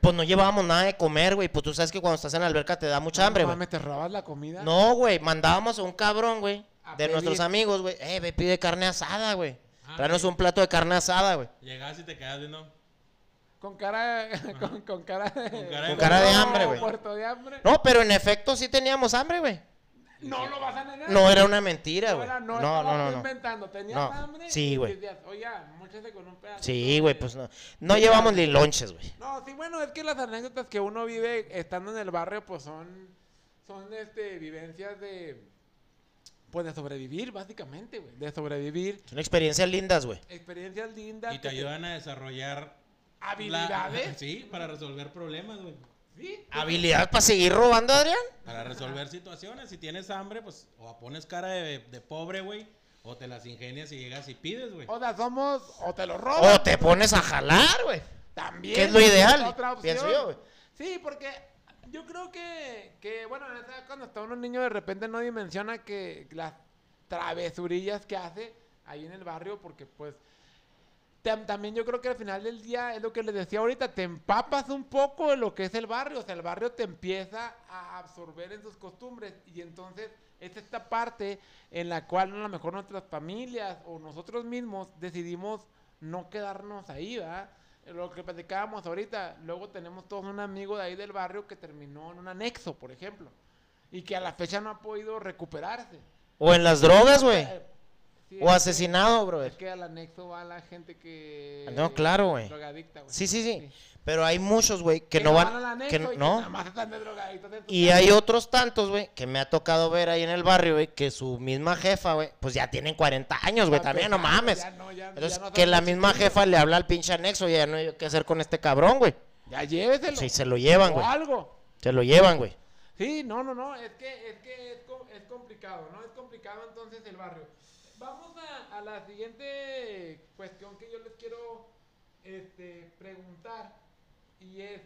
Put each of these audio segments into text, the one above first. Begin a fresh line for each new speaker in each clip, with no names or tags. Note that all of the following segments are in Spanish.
Pues no llevábamos nada de comer, güey. Pues tú sabes que cuando estás en la alberca te da mucha hambre,
No
güey.
mames, te robas la comida.
No, güey. Mandábamos a un cabrón, güey.
A
De nuestros
pedir.
amigos, güey. Eh, ve, pide carne asada, güey.
Ah,
Tráenos
sí.
un plato de carne asada, güey.
Llegabas y te quedabas viendo.
Con cara de. Con, con cara de.
cara de-
Con cara de hambre, güey.
Muerto de hambre.
No, pero en efecto sí teníamos hambre, güey.
No lo vas a negar.
No era una mentira,
No,
güey.
era-
No,
no,
no,
estabas
no,
tú
no.
inventando. Tenías
No.
hambre.
Sí,
y
güey.
decías, Oiga, mochate con un pedazo.
Sí, güey, pues no. No llevamos ni lonches, güey.
No, sí, bueno, es que las anécdotas que uno vive estando en el barrio, pues son. Son este, vivencias de. Pues de sobrevivir, básicamente, güey. De sobrevivir.
Son experiencias lindas, güey.
Experiencias lindas.
Y te
que
ayudan a desarrollar. la-
Habilidades.
sí, para resolver problemas, güey.
Sí.
¿Habilidad para seguir robando, Adrián?
Para resolver situaciones. Si tienes hambre, pues o pones cara de, de pobre, güey. O te las ingenias y llegas y pides, güey.
O sea, somos. O te lo roban.
O te pones a jalar, güey.
También.
Que es lo ideal,
otra opción.
pienso yo, güey.
Sí, porque yo creo que, que bueno, la neta, cuando está uno niño de repente no dimensiona que las travesurillas que hace ahí en el barrio, porque pues tam- también yo creo que al final del día es lo que les decía ahorita, te empapas un poco de lo que es el barrio, o sea, el barrio te empieza a absorber en sus costumbres y entonces es esta parte en la cual a lo mejor nuestras familias o nosotros mismos decidimos no quedarnos ahí, ¿verdad? Lo que platicábamos ahorita, luego tenemos todos un amigo de ahí del barrio que terminó en un anexo, por ejemplo, y que a la fecha no ha podido recuperarse. Eh,
O en las drogas, güey.
Sí,
O
es que-
asesinado,
es
brother.
que al anexo va la gente que.
Ah, No, claro, güey.
Drogadicta, güey.
Sí, sí, sí. Pero hay muchos, güey, que no
al
van.
anexo
Que
y
no.
que
no.
nada más están de drogadictos en su
Y
casa.
hay otros tantos, güey, que me ha tocado ver ahí en el barrio, güey, que su misma jefa, güey, pues ya tienen 40 años, güey,
Para
también, no
empezar,
mames.
ya no, ya- ya
Entonces,
no son
que la
tan
misma
chiquitos.
jefa le habla al pinche anexo, ya no hay qué hacer con este cabrón, güey.
Ya lléveselo.
Sí, se lo llevan,
o
güey.
algo.
Se lo llevan, güey.
Sí, no, no, no, es que es, que es, co- es complicado, ¿no? Es complicado entonces el barrio. Vamos a, a la siguiente cuestión que yo les quiero este, preguntar y es,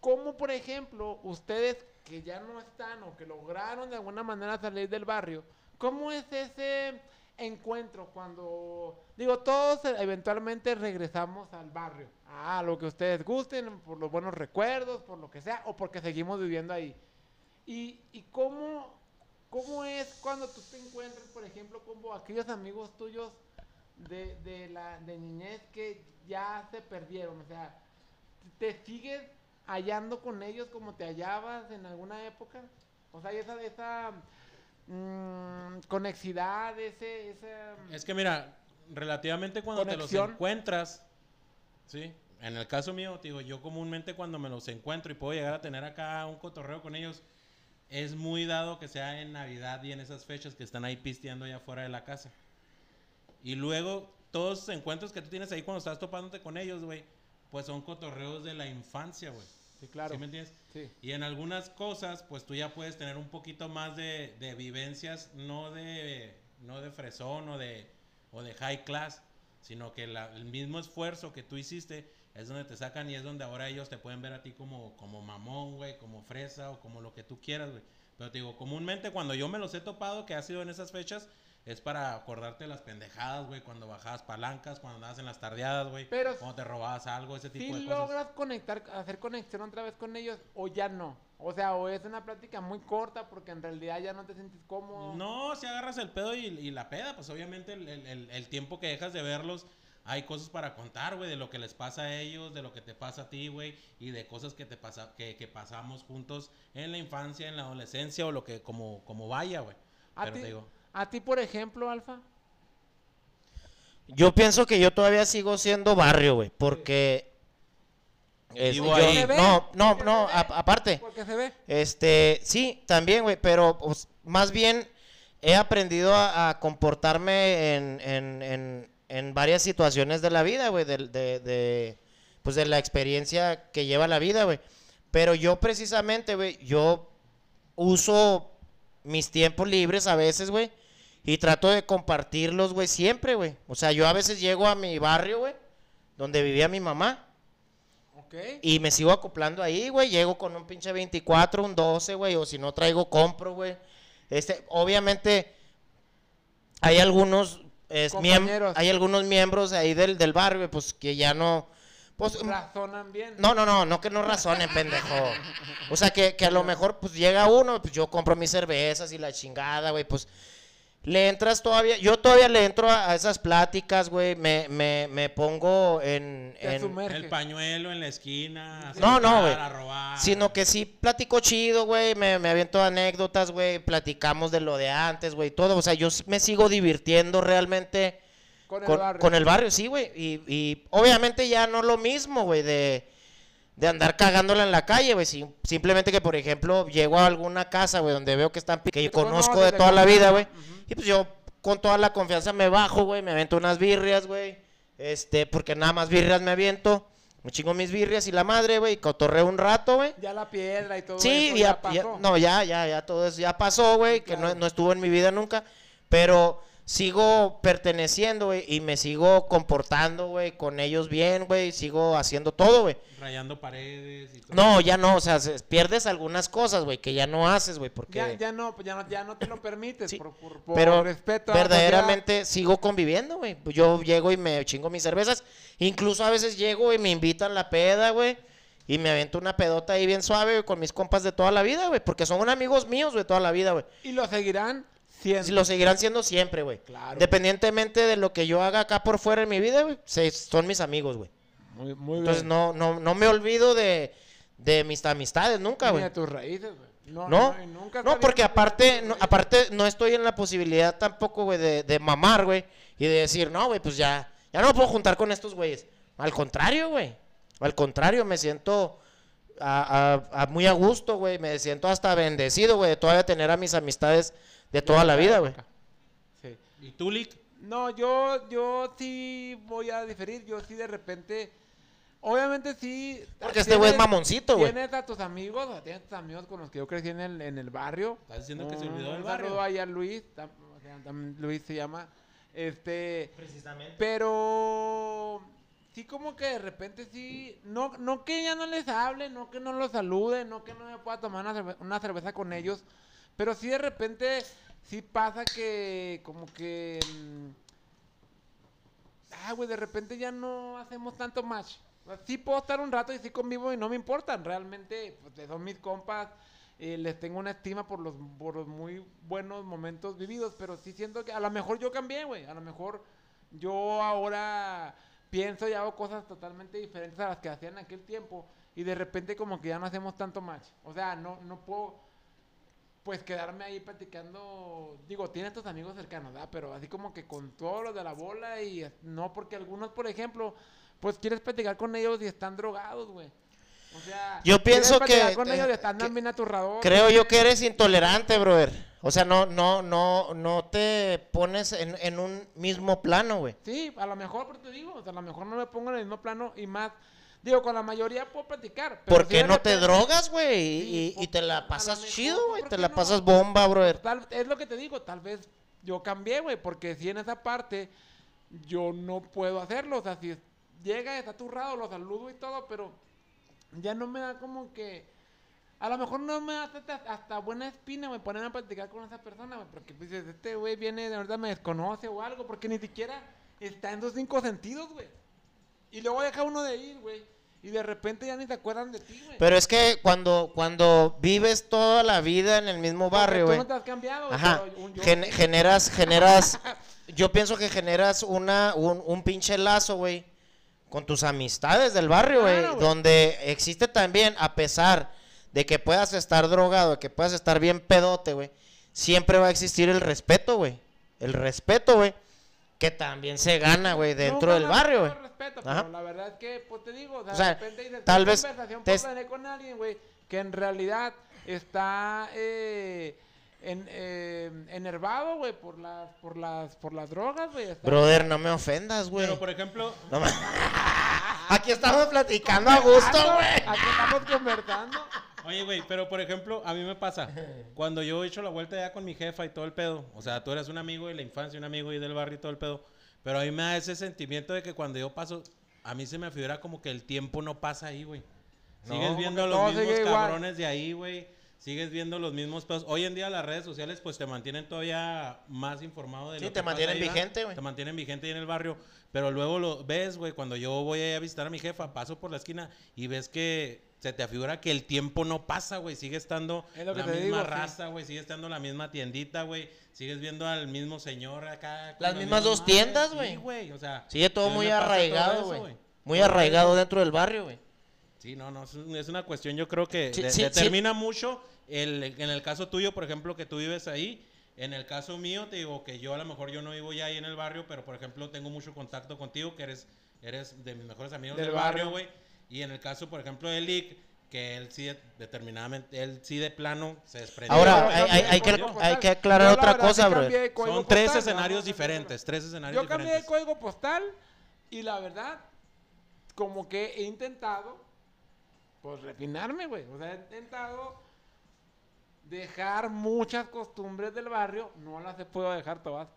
¿cómo por ejemplo ustedes que ya no están o que lograron de alguna manera salir del barrio, cómo es ese encuentro cuando, digo, todos eventualmente regresamos al barrio, a lo que ustedes gusten, por los buenos recuerdos, por lo que sea, o porque seguimos viviendo ahí? ¿Y, y cómo, cómo es cuando tú te encuentras, por ejemplo, con aquellos amigos tuyos de, de la de niñez que ya se perdieron? O sea, ¿te sigues hallando con ellos como te hallabas en alguna época? O sea, esa, esa mm, conexidad, ese, esa...
Es que mira, relativamente cuando te los
Conexión.
encuentras, sí. En el caso mío, te digo, yo comúnmente cuando me los encuentro y puedo llegar a tener acá un cotorreo con ellos, es muy dado que sea en Navidad y en esas fechas que están ahí pisteando allá afuera de la casa. Y luego, todos los encuentros que tú tienes ahí cuando estás topándote con ellos, güey, pues son cotorreos de la infancia, güey.
Sí, claro.
¿Sí me entiendes?
Sí.
Y en algunas cosas, pues tú ya puedes tener un poquito más de, de vivencias, no de, no de fresón o de, o de high class, sino que la- el mismo esfuerzo que tú hiciste es donde te sacan y es donde ahora ellos te pueden ver a ti como, como mamón, güey, como fresa o como lo que tú quieras, güey. Pero te digo, comúnmente cuando yo me los he topado, que ha sido en esas fechas, es para acordarte las pendejadas, güey, cuando bajabas palancas, cuando andabas en las tardeadas, güey,
Pero-
cuando te robabas algo, ese tipo
¿Sí
de cosas.
logras conectar, hacer conexión otra vez con ellos o ya no? O sea, o es una plática muy corta porque en realidad ya no te sientes cómodo.
No, si agarras el pedo y, y la peda, pues obviamente el, el- el- el tiempo que dejas de verlos, hay cosas para contar, güey, de lo que les pasa a ellos, de lo que te pasa a ti, güey, y de cosas que te pasa, que, que pasamos juntos en la infancia, en la adolescencia o lo que como, como vaya, güey.
¿A
Pero
ti,
te digo,
a ti, por ejemplo, Alfa?
Yo pienso que yo todavía sigo siendo barrio, güey, porque... Este,
Vivo
yo-
ahí. Se
ve,
No, no,
se
no,
ve.
a- aparte.
Porque se ve.
Este, sí, también, güey, pero pues, más bien he aprendido a, a comportarme en, en- en- en varias situaciones de la vida, güey, del- de, de, pues de la experiencia que lleva la vida, güey. Pero yo precisamente, güey, yo uso mis tiempos libres a veces, güey, y trato de compartirlos, güey, siempre, güey. O sea, yo a veces llego a mi barrio, güey, donde vivía mi mamá,
Ok.
y me sigo acoplando ahí, güey. Llego con un pinche 24, un 12, güey. O si no traigo, compro, güey. Este, obviamente, hay algunos, es, miemb-
Compañeros.
hay algunos miembros ahí del, del barrio, pues que ya no. Pues,
Razonan bien.
no, no, no, no que no razonen, pendejo. O sea, que, que a lo mejor pues llega uno, pues yo compro mis cervezas y la chingada, güey, pues le entras todavía, yo todavía le entro a, a esas pláticas, güey, me, me, me pongo en...
Te
en-
sumerge.
El pañuelo en la esquina. a
No, no,
saltar,
güey.
a robar.
Sino que sí platico chido, güey. Me, me aviento anécdotas, güey. Platicamos de lo de antes, güey. Todo. O sea, yo s- me sigo divirtiendo realmente
Con el
con,
barrio.
con el barrio, sí, güey. Y, y obviamente ya no lo mismo, güey, de, de andar cagándola en la calle, güey. Si- simplemente que, por ejemplo, llego a alguna casa, güey, donde veo que están... pi- Que yo
Te conoces
conozco de
de
toda la
caminar,
vida, güey.
ujú.
Y pues yo con toda la confianza me bajo, güey. Me avento unas birrias, güey. Este, porque nada más birrias me aviento. Me chingo mis birrias y la madre, güey. Cotorreo un rato, güey.
Ya la piedra y todo
Sí,
eso.
ya,
Ya, pasó.
ya- no, ya, ya, ya todo eso ya pasó, güey, que no,
Claro.
no estuvo en mi vida nunca, pero sigo perteneciendo, güey, y me sigo comportando, güey, con ellos bien, güey, sigo haciendo todo, güey.
Rayando paredes y todo.
No, ya no, o sea, se- pierdes algunas cosas, güey, que ya no haces, güey, porque
Ya, ya no, ya no, ya no te lo permites
Sí,
por, por- por
pero
respeto. a la
verdaderamente sigo conviviendo, güey. Yo llego y me chingo mis cervezas, incluso a veces llego y me invitan la peda, güey. Y me avento una pedota ahí bien suave, güey, con mis compas de toda la vida, güey. Porque son amigos míos, güey, toda la vida, güey.
sociedad, Y lo seguirán siendo.
Sí, lo seguirán siendo siempre, güey.
Claro.
Independientemente de lo que yo haga acá por fuera en mi vida, güey, se- son mis amigos, güey.
Muy, muy
Entonces no, no, no me olvido de, de mis amistades nunca,
Ni
güey.
de tus raíces, güey. No,
No,
y nunca está
no,
bien
porque
que te
aparte,
olvides
no,
de tus raíces.
aparte no estoy en la posibilidad tampoco, güey, de, de mamar, güey, y de decir, no, güey, pues ya, ya no me puedo juntar con estos güeyes. Al contrario, güey. Al contrario, me siento a- a- a muy a gusto, güey. Me siento hasta bendecido, güey, de todavía tener a mis amistades de toda la vida, güey.
Sí.
¿Y tú, Lick?
No, yo, yo sí voy a diferir. Yo sí de repente. Obviamente sí.
Porque este güey es
tienes-
mamoncito, güey.
Tienes a tus amigos, o sea, tienes a tus amigos con los que yo crecí en el, en el barrio.
¿Estás diciendo que se olvidó del
un
barrio?
saludo ahí a Luis, tam- o sea, tam- Luis se llama. Este,
Precisamente.
pero sí como que de repente sí, no, no que ya no les hable, no que no los salude, no que no me pueda tomar una cerve- una cerveza con ellos, pero sí de repente sí pasa que como que... mm, Ah, güey, de repente ya no hacemos tanto match. Sí puedo estar un rato y sí convivo y no me importan. Realmente pues, son mis compas. eh, les tengo una estima por los, por los muy buenos momentos vividos. Pero sí siento que a lo mejor yo cambié, güey. A lo mejor yo ahora pienso y hago cosas totalmente diferentes a las que hacía en aquel tiempo. Y de repente como que ya no hacemos tanto match. O sea, no, no puedo pues quedarme ahí platicando, digo, tienes tus amigos cercanos, ¿verdad? Pero así como que con todos los de la bola y eh, no, porque algunos, por ejemplo, pues quieres platicar con ellos y están drogados, güey. O sea,
Yo
quieres
pienso
platicar
que-
con ellos y
eh,
están
que-
bien aturrador.
Creo yo que eres intolerante, brother. O sea, no, no, no, no te pones en, en un mismo plano, güey.
Sí, a lo mejor, pero te digo, o sea, a lo mejor no me pongo en el mismo plano y más, digo, con la mayoría puedo platicar. pero
¿Por
sí
qué
de
no te
repente-
drogas, güey? Y-
Sí,
Y,
por-
y te
a
la
lo
pasas
mejor,
chido, güey.
¿por
Te
qué
la
no?
pasas bomba, brother.
Tal- es lo que te digo, tal vez yo cambié, güey, porque si en esa parte yo no puedo hacerlo. O sea, si es- llega, está aturrado, lo saludo y todo, pero ya no me da como que. A lo mejor no me da hasta, hasta buena espina, me ponen a platicar con esa persona, güey, porque pues, dices, este güey viene, de verdad me desconoce o algo, porque ni siquiera está en dos cinco sentidos, güey. Y luego deja uno de ir, güey. Y de repente ya ni te acuerdan de ti, güey.
Pero es que cuando, cuando vives toda la vida en el mismo
Porque
barrio,
tú
güey.
no te has cambiado, güey,
Ajá.
pero un- yo-
gen- generas, generas. yo pienso que generas una, un, un pinche lazo, güey. Con tus amistades del barrio, güey.
Claro, güey.
donde existe también, a pesar de que puedas estar drogado, que puedas estar bien pedote, güey. Siempre va a existir el respeto, güey. El respeto, güey. Que también se gana, güey, dentro
Nunca
del
me
barrio,
faltó
güey.
respeto,
Ajá.
pero la verdad es que, pues te digo, o sea,
O sea,
de repente dices,
tal
"Tuve
vez
conversación
te-
por teléfono con alguien, güey, que en realidad está eh, en, eh, enervado, güey, por las, por las, por las drogas, güey. está-
Brother, no me ofendas, güey.
Pero, por ejemplo,
No ma- Aquí estamos platicando a gusto,
Ah,
güey.
no, Aquí estamos conversando.
Oye, güey, pero por ejemplo, a mí me pasa. Cuando yo he hecho la vuelta ya con mi jefa y todo el pedo. O sea, tú eres un amigo de la infancia, un amigo y del barrio y todo el pedo. Pero a mí me da ese sentimiento de que cuando yo paso, a mí se me figura como que el tiempo no pasa ahí, güey.
No,
Sigues viendo a
todo
los mismos
sigue igual.
cabrones de ahí, güey. sigues viendo los mismos pedos. Hoy en día las redes sociales pues te mantienen todavía más informado de
Sí,
lo
te
que pasa
mantienen
allá,
vigente, güey.
Te mantienen vigente ahí en el barrio, pero luego lo ves, güey, cuando yo voy a visitar a mi jefa, paso por la esquina y ves que se te afigura que el tiempo no pasa, güey, sigue estando
Es lo que
la
te
misma
digo, sí.
raza, güey, sigue estando la misma tiendita, güey, sigues viendo al mismo señor acá. con
Las
las
mismas dos
madres,
tiendas,
sí,
güey.
o sea.
Sigue todo
¿qué le
muy
pasa a todo
arraigado,
eso,
güey. Muy arraigado dentro del barrio, güey.
Sí, no, no, es un- es una cuestión yo creo que
Sí,
de-
sí, sí.
determina mucho el, en el caso tuyo, por ejemplo, que tú vives ahí. En el caso mío, te digo que yo a lo mejor yo no vivo ya ahí en el barrio, pero por ejemplo tengo mucho contacto contigo, que eres, eres de mis mejores amigos
Del
del, barrio,
barrio.
güey. Y en el caso, por ejemplo, de Lick, que él sí de- determinadamente, él sí de plano se desprendió.
Ahora,
Yo
hay-
cambié
hay- hay
de
que-
código postal.
hay que aclarar
pues, Yo,
otra
la verdad,
cosa,
sí
bro.
cambié de código
Son tres
postal,
escenarios
¿no?
diferentes, tres escenarios
Yo cambié de
diferentes.
código postal y la verdad, como que he intentado, pues refinarme, güey. O sea, he intentado dejar muchas costumbres del barrio. No las he podido dejar todas.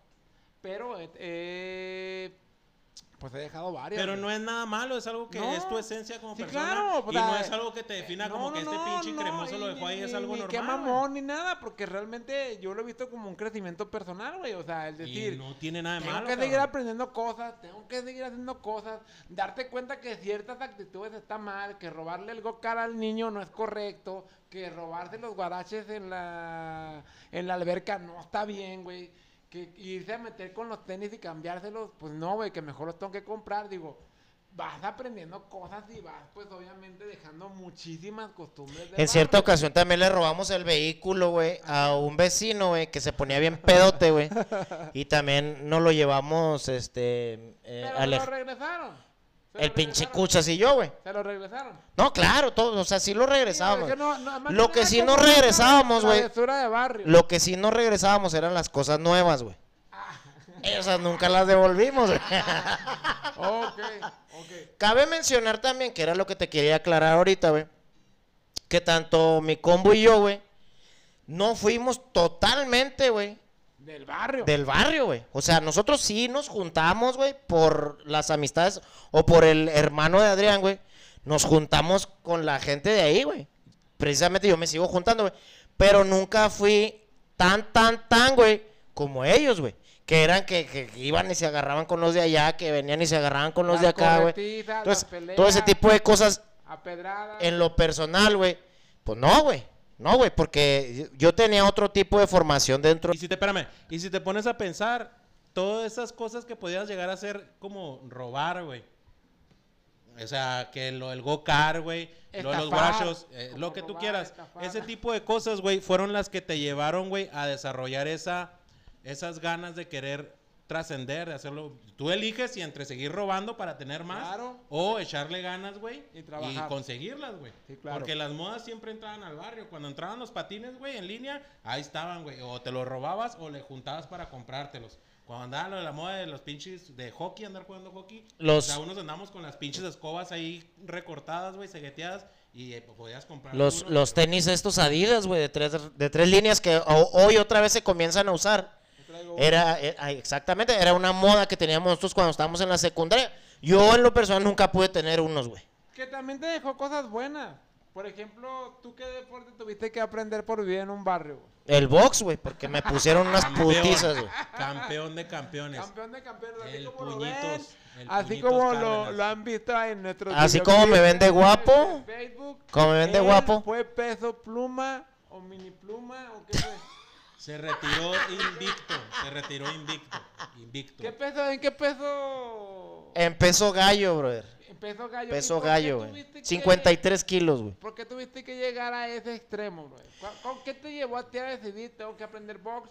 Pero, eh, eh, pues he dejado varias.
Pero
güey.
no es nada malo, es algo que
No.
es tu esencia como
Sí,
persona.
claro, pues,
y no
ah,
es algo que te defina
Eh,
como
no,
que
no,
este pinche
no,
cremoso
y
lo dejó ahí,
ni-
es algo
ni
normal.
qué
güey.
mamón ni nada, porque realmente yo lo he visto como un crecimiento personal, güey. O sea, el
Y
decir,
no tiene nada de
tengo
malo.
que seguir
cabrón.
aprendiendo cosas, tengo que seguir haciendo cosas, darte cuenta que ciertas actitudes está mal, que robarle el gocar al niño no es correcto, que robarse los guaraches en la en la alberca no está bien, güey, que irse a meter con los tenis y cambiárselos, pues no, güey, que mejor los tengo que comprar, digo. Vas aprendiendo cosas y vas, pues obviamente dejando muchísimas costumbres. del
En cierta
barrio.
ocasión también le robamos el vehículo, güey, a un vecino, güey, que se ponía bien pedote, güey. Y también nos lo llevamos, este, eh,
Pero se
ale-
lo regresaron. Se lo
el pinche
regresaron,
cuchas y yo, güey.
Se lo regresaron.
No, claro, todo, o sea, sí lo regresábamos.
Sí, güey, que no- no, además
Lo
no
que
era
sí
como
nos
una
regresábamos, güey.
travesura de barrio.
Lo que sí nos regresábamos eran las cosas nuevas, güey. Esas nunca las devolvimos, güey.
Ok, ok.
Cabe mencionar también, que era lo que te quería aclarar ahorita, güey, que tanto mi combo y yo, güey, no fuimos totalmente, güey,
Del barrio.
del barrio, güey. O sea, nosotros sí nos juntamos, güey, por las amistades o por el hermano de Adrián, güey. Nos juntamos con la gente de ahí, güey. Precisamente yo me sigo juntando, güey. Pero nunca fui tan, tan, tan, güey, como ellos, güey. Que eran que, que iban y se agarraban con los de allá, que venían y se agarraban con los
Las
de acá, güey.
corretizas, las
Entonces, todo
peleas.
ese tipo de cosas
A pedradas.
en lo personal, güey. Pues no, güey. No, güey, porque yo tenía otro tipo de formación dentro
Y si te, espérame, y si te pones a pensar, todas esas cosas que podías llegar a ser como robar, güey. O sea, que lo del go-kart, güey, lo de los
Estafar.
guachos, eh,
Como
lo que tú
robar,
quieras.
estafar.
Ese tipo de cosas, güey, fueron las que te llevaron, güey, a desarrollar esa, esas ganas de querer trascender, de hacerlo. Tú eliges si entre seguir robando para tener más
Claro.
o echarle ganas, güey,
Y trabajar.
conseguirlas, güey.
Sí, claro.
Porque las modas siempre entraban al barrio. Cuando entraban los patines, güey, en línea, ahí estaban, güey. O te los robabas o le juntabas para comprártelos. Cuando andaba lo de la moda de los pinches de hockey, andar jugando hockey,
Los-
o sea, unos andamos con las pinches escobas ahí recortadas, güey, segueteadas, y eh, podías comprar
Los,
uno.
los tenis estos Adidas, güey, de tres, de tres líneas que ho- hoy otra vez se comienzan a usar.
Yo traigo uno.
Era, eh, ay, exactamente, era una moda que teníamos nosotros cuando estábamos en la secundaria. Yo en lo personal nunca pude tener unos, güey.
Que también te dejó cosas buenas. Por ejemplo, ¿tú qué deporte tuviste que aprender por vivir en un barrio? güey?
El box, güey, porque me pusieron unas
Campeón.
putizas, güey.
Campeón de campeones.
Campeón de campeones, así
Pues, El
como lo ven,
puñitos, el
así
puñitos
como lo,
Cárdenas.
lo han visto en nuestros
Así como me ven de
videoclips,
guapo,
en Facebook,
como me ven de
él
guapo.
¿Fue peso pluma o mini pluma o qué fue?
Se retiró invicto. Se retiró invicto. Invicto.
¿Qué peso? ¿En qué peso?
Empezó gallo, brother.
En peso gallo. ¿Y
Eh, Peso
por qué
gallo, güey.
tuviste que-
53 kilos, güey.
¿Por qué tuviste que llegar a ese extremo, bro? ¿Cu- cu- ¿Qué te llevó a ti a decidir, tengo que aprender box?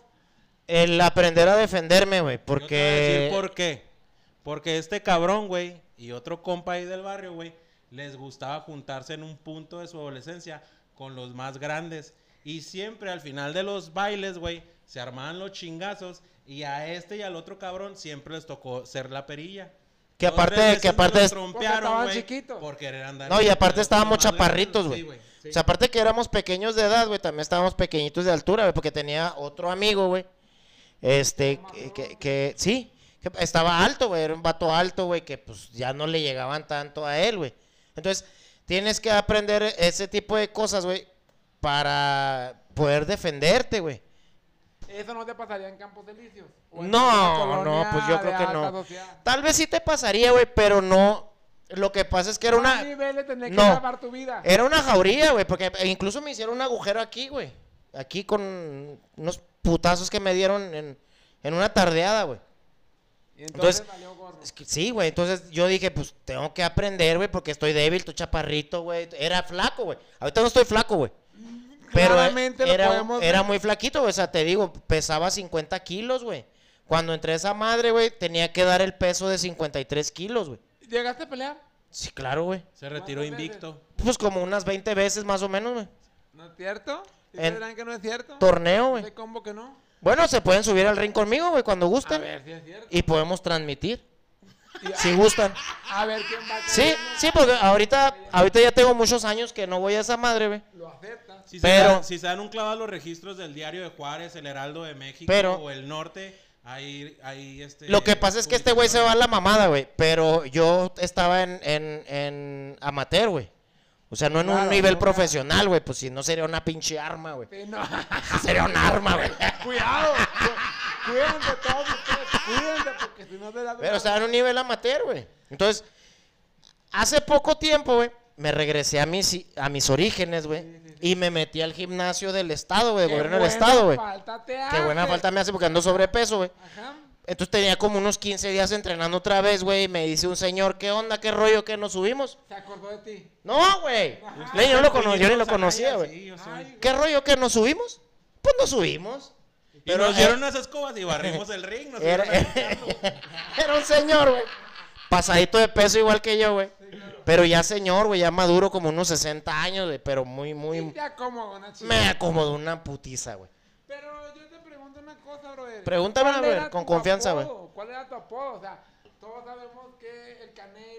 El aprender a defenderme, güey,
Yo te voy a decir
porque...
por qué. Porque este cabrón, güey, y otro compa ahí del barrio, güey, les gustaba juntarse en un punto de su adolescencia con los más grandes. Y siempre al final de los bailes, güey, se armaban los chingazos. Y a este y al otro cabrón siempre les tocó ser la perilla.
Que
Dos,
aparte-
tres veces
que aparte
nos
es-
Porque
trompearon,
estaban
güey,
chiquitos.
por querer andar.
No, y aparte estábamos
los más grandes.
chaparritos,
Sí,
güey.
sí.
O sea, aparte que éramos pequeños de edad, güey, también estábamos pequeñitos de altura, güey, porque tenía otro amigo, güey. Este, que, que, que- sí, que estaba alto, güey, era un vato alto, güey, que pues ya no le llegaban tanto a él, güey. Entonces, tienes que aprender ese tipo de cosas, güey, para poder defenderte, güey.
Eso no te pasaría en Campos Delicios. o en
No,
alguna
no,
colonia
pues yo
de
creo que
alta
no.
sociedad.
Tal vez sí te pasaría, güey, pero no. Lo que pasa es que era
No hay
una,
niveles de tener que
No. Eh,
salvar tu vida.
era una jauría, güey, porque incluso me hicieron un agujero aquí, güey. Aquí con unos putazos que me dieron en, en una tardeada, güey.
Y entonces,
entonces-
valió gorro.
Es que sí, güey. Entonces yo dije, pues tengo que aprender, güey, porque estoy débil, estoy chaparrito, güey. Era flaco, güey. Ahorita no estoy flaco, güey. Pero eh,
Claramente lo
era,
podemos
era
ver.
muy flaquito, güey. O sea, te digo, pesaba 50 kilos, güey. Cuando entré a esa madre, güey, tenía que dar el peso de 53 kilos, güey.
¿Llegaste a pelear?
Sí, claro, güey.
Se retiró
¿Cuántas
invicto.
Pues como unas 20 veces más o menos, güey.
¿No es cierto? ¿Sí
En-
dirán que no es cierto?
Torneo,
¿De
güey.
combo que no?
Bueno, se pueden subir al ring conmigo, güey, cuando
A
gusten.
ver si es cierto.
Y podemos transmitir.
Y-
Si gustan.
A ver quién va a caer.
Sí, sí, porque ahorita, ahorita ya tengo muchos años que no voy a esa madre, güey.
Lo aceptas.
Si, se
Pero-
dan, si se dan un clavado a los registros del Diario de Juárez, el Heraldo de México
Pero-
o el Norte, ahí, ahí este.
Lo que pasa es que este güey se va a la mamada, güey. Pero yo estaba en, en, en amateur, güey. O sea, no en
Claro,
un nivel
no, claro.
profesional, güey. Pues si no sería una pinche arma, güey.
Sí, no.
Sería un arma, güey.
Cuidado. cu- Cuídense todos ustedes. Cuídense porque si no te da...
Pero estaba en un nivel amateur, güey. Entonces, hace poco tiempo, güey, me regresé a mis, a mis orígenes, güey. Y me metí al gimnasio del Estado, güey,
Qué
del gobierno del
buena
Estado, güey.
falta te
Qué buena
hace.
falta me hace porque ando sobrepeso, güey.
Ajá.
Entonces tenía como unos 15 días entrenando otra vez, güey. Y me dice un señor, ¿qué onda? ¿Qué rollo? ¿Qué nos subimos?
Se acordó de ti.
No, güey.
Ajá.
pues,
Le- Yo, no lo cono- yo ni lo conocía, güey.
Ay,
¿Qué rollo? ¿Qué nos subimos? Pues nos subimos.
Pero
Pero eh,
nos dieron
era-
unas escobas y barrimos el ring. Nos
era,
dieron a-
era un señor, güey. Pasadito de peso igual que yo, güey. Pero ya señor, güey, ya maduro como unos 60 años, güey. Pero muy,
y
muy...
te acomodo, una chica.
Me acomodó una putiza, güey.
Pero yo te pregunto una cosa, brother.
Pregúntame,
¿Cuál
brother,
era
con
tu
confianza,
apodo? ¿Cuál era tu apodo? O sea, todos sabemos que el Canelo